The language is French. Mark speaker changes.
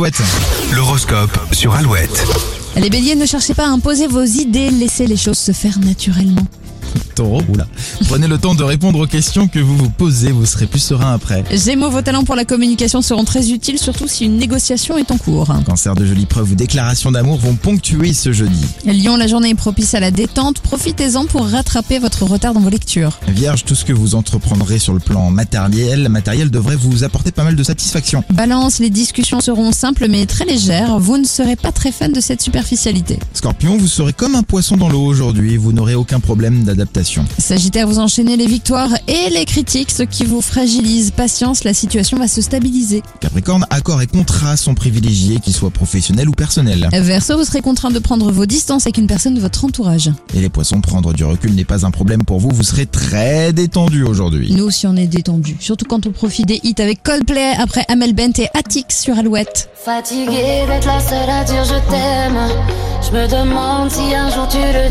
Speaker 1: Alouette. L'horoscope sur Alouette.
Speaker 2: Les béliers, ne cherchez pas à imposer vos idées, laissez les choses se faire naturellement.
Speaker 1: Taureau, oula. Prenez le temps de répondre aux questions que vous vous posez, vous serez plus serein après.
Speaker 2: Gémeaux, vos talents pour la communication seront très utiles, surtout si une négociation est en cours.
Speaker 1: Cancer de jolies preuves ou déclarations d'amour vont ponctuer ce jeudi.
Speaker 2: Lyon, la journée est propice à la détente, profitez-en pour rattraper votre retard dans vos lectures.
Speaker 1: Vierge, tout ce que vous entreprendrez sur le plan matériel, matériel devrait vous apporter pas mal de satisfaction.
Speaker 2: Balance, les discussions seront simples mais très légères, vous ne serez pas très fan de cette superficialité.
Speaker 1: Scorpion, vous serez comme un poisson dans l'eau aujourd'hui, vous n'aurez aucun problème d'adaptation.
Speaker 2: Sagittaire, vous enchaînez les victoires et les critiques, ce qui vous fragilise. Patience, la situation va se stabiliser.
Speaker 1: Capricorne, accords et contrats sont privilégiés, qu'ils soient professionnels ou personnels.
Speaker 2: Verseau, vous serez contraint de prendre vos distances avec une personne de votre entourage.
Speaker 1: Et les poissons, prendre du recul n'est pas un problème pour vous, vous serez très détendu aujourd'hui.
Speaker 2: Nous aussi on est détendus, surtout quand on profite des hits avec Coldplay après Amel Bent et Attic sur Alouette.
Speaker 3: Fatiguée d'être la seule à dire je t'aime. Je me demande si un jour tu le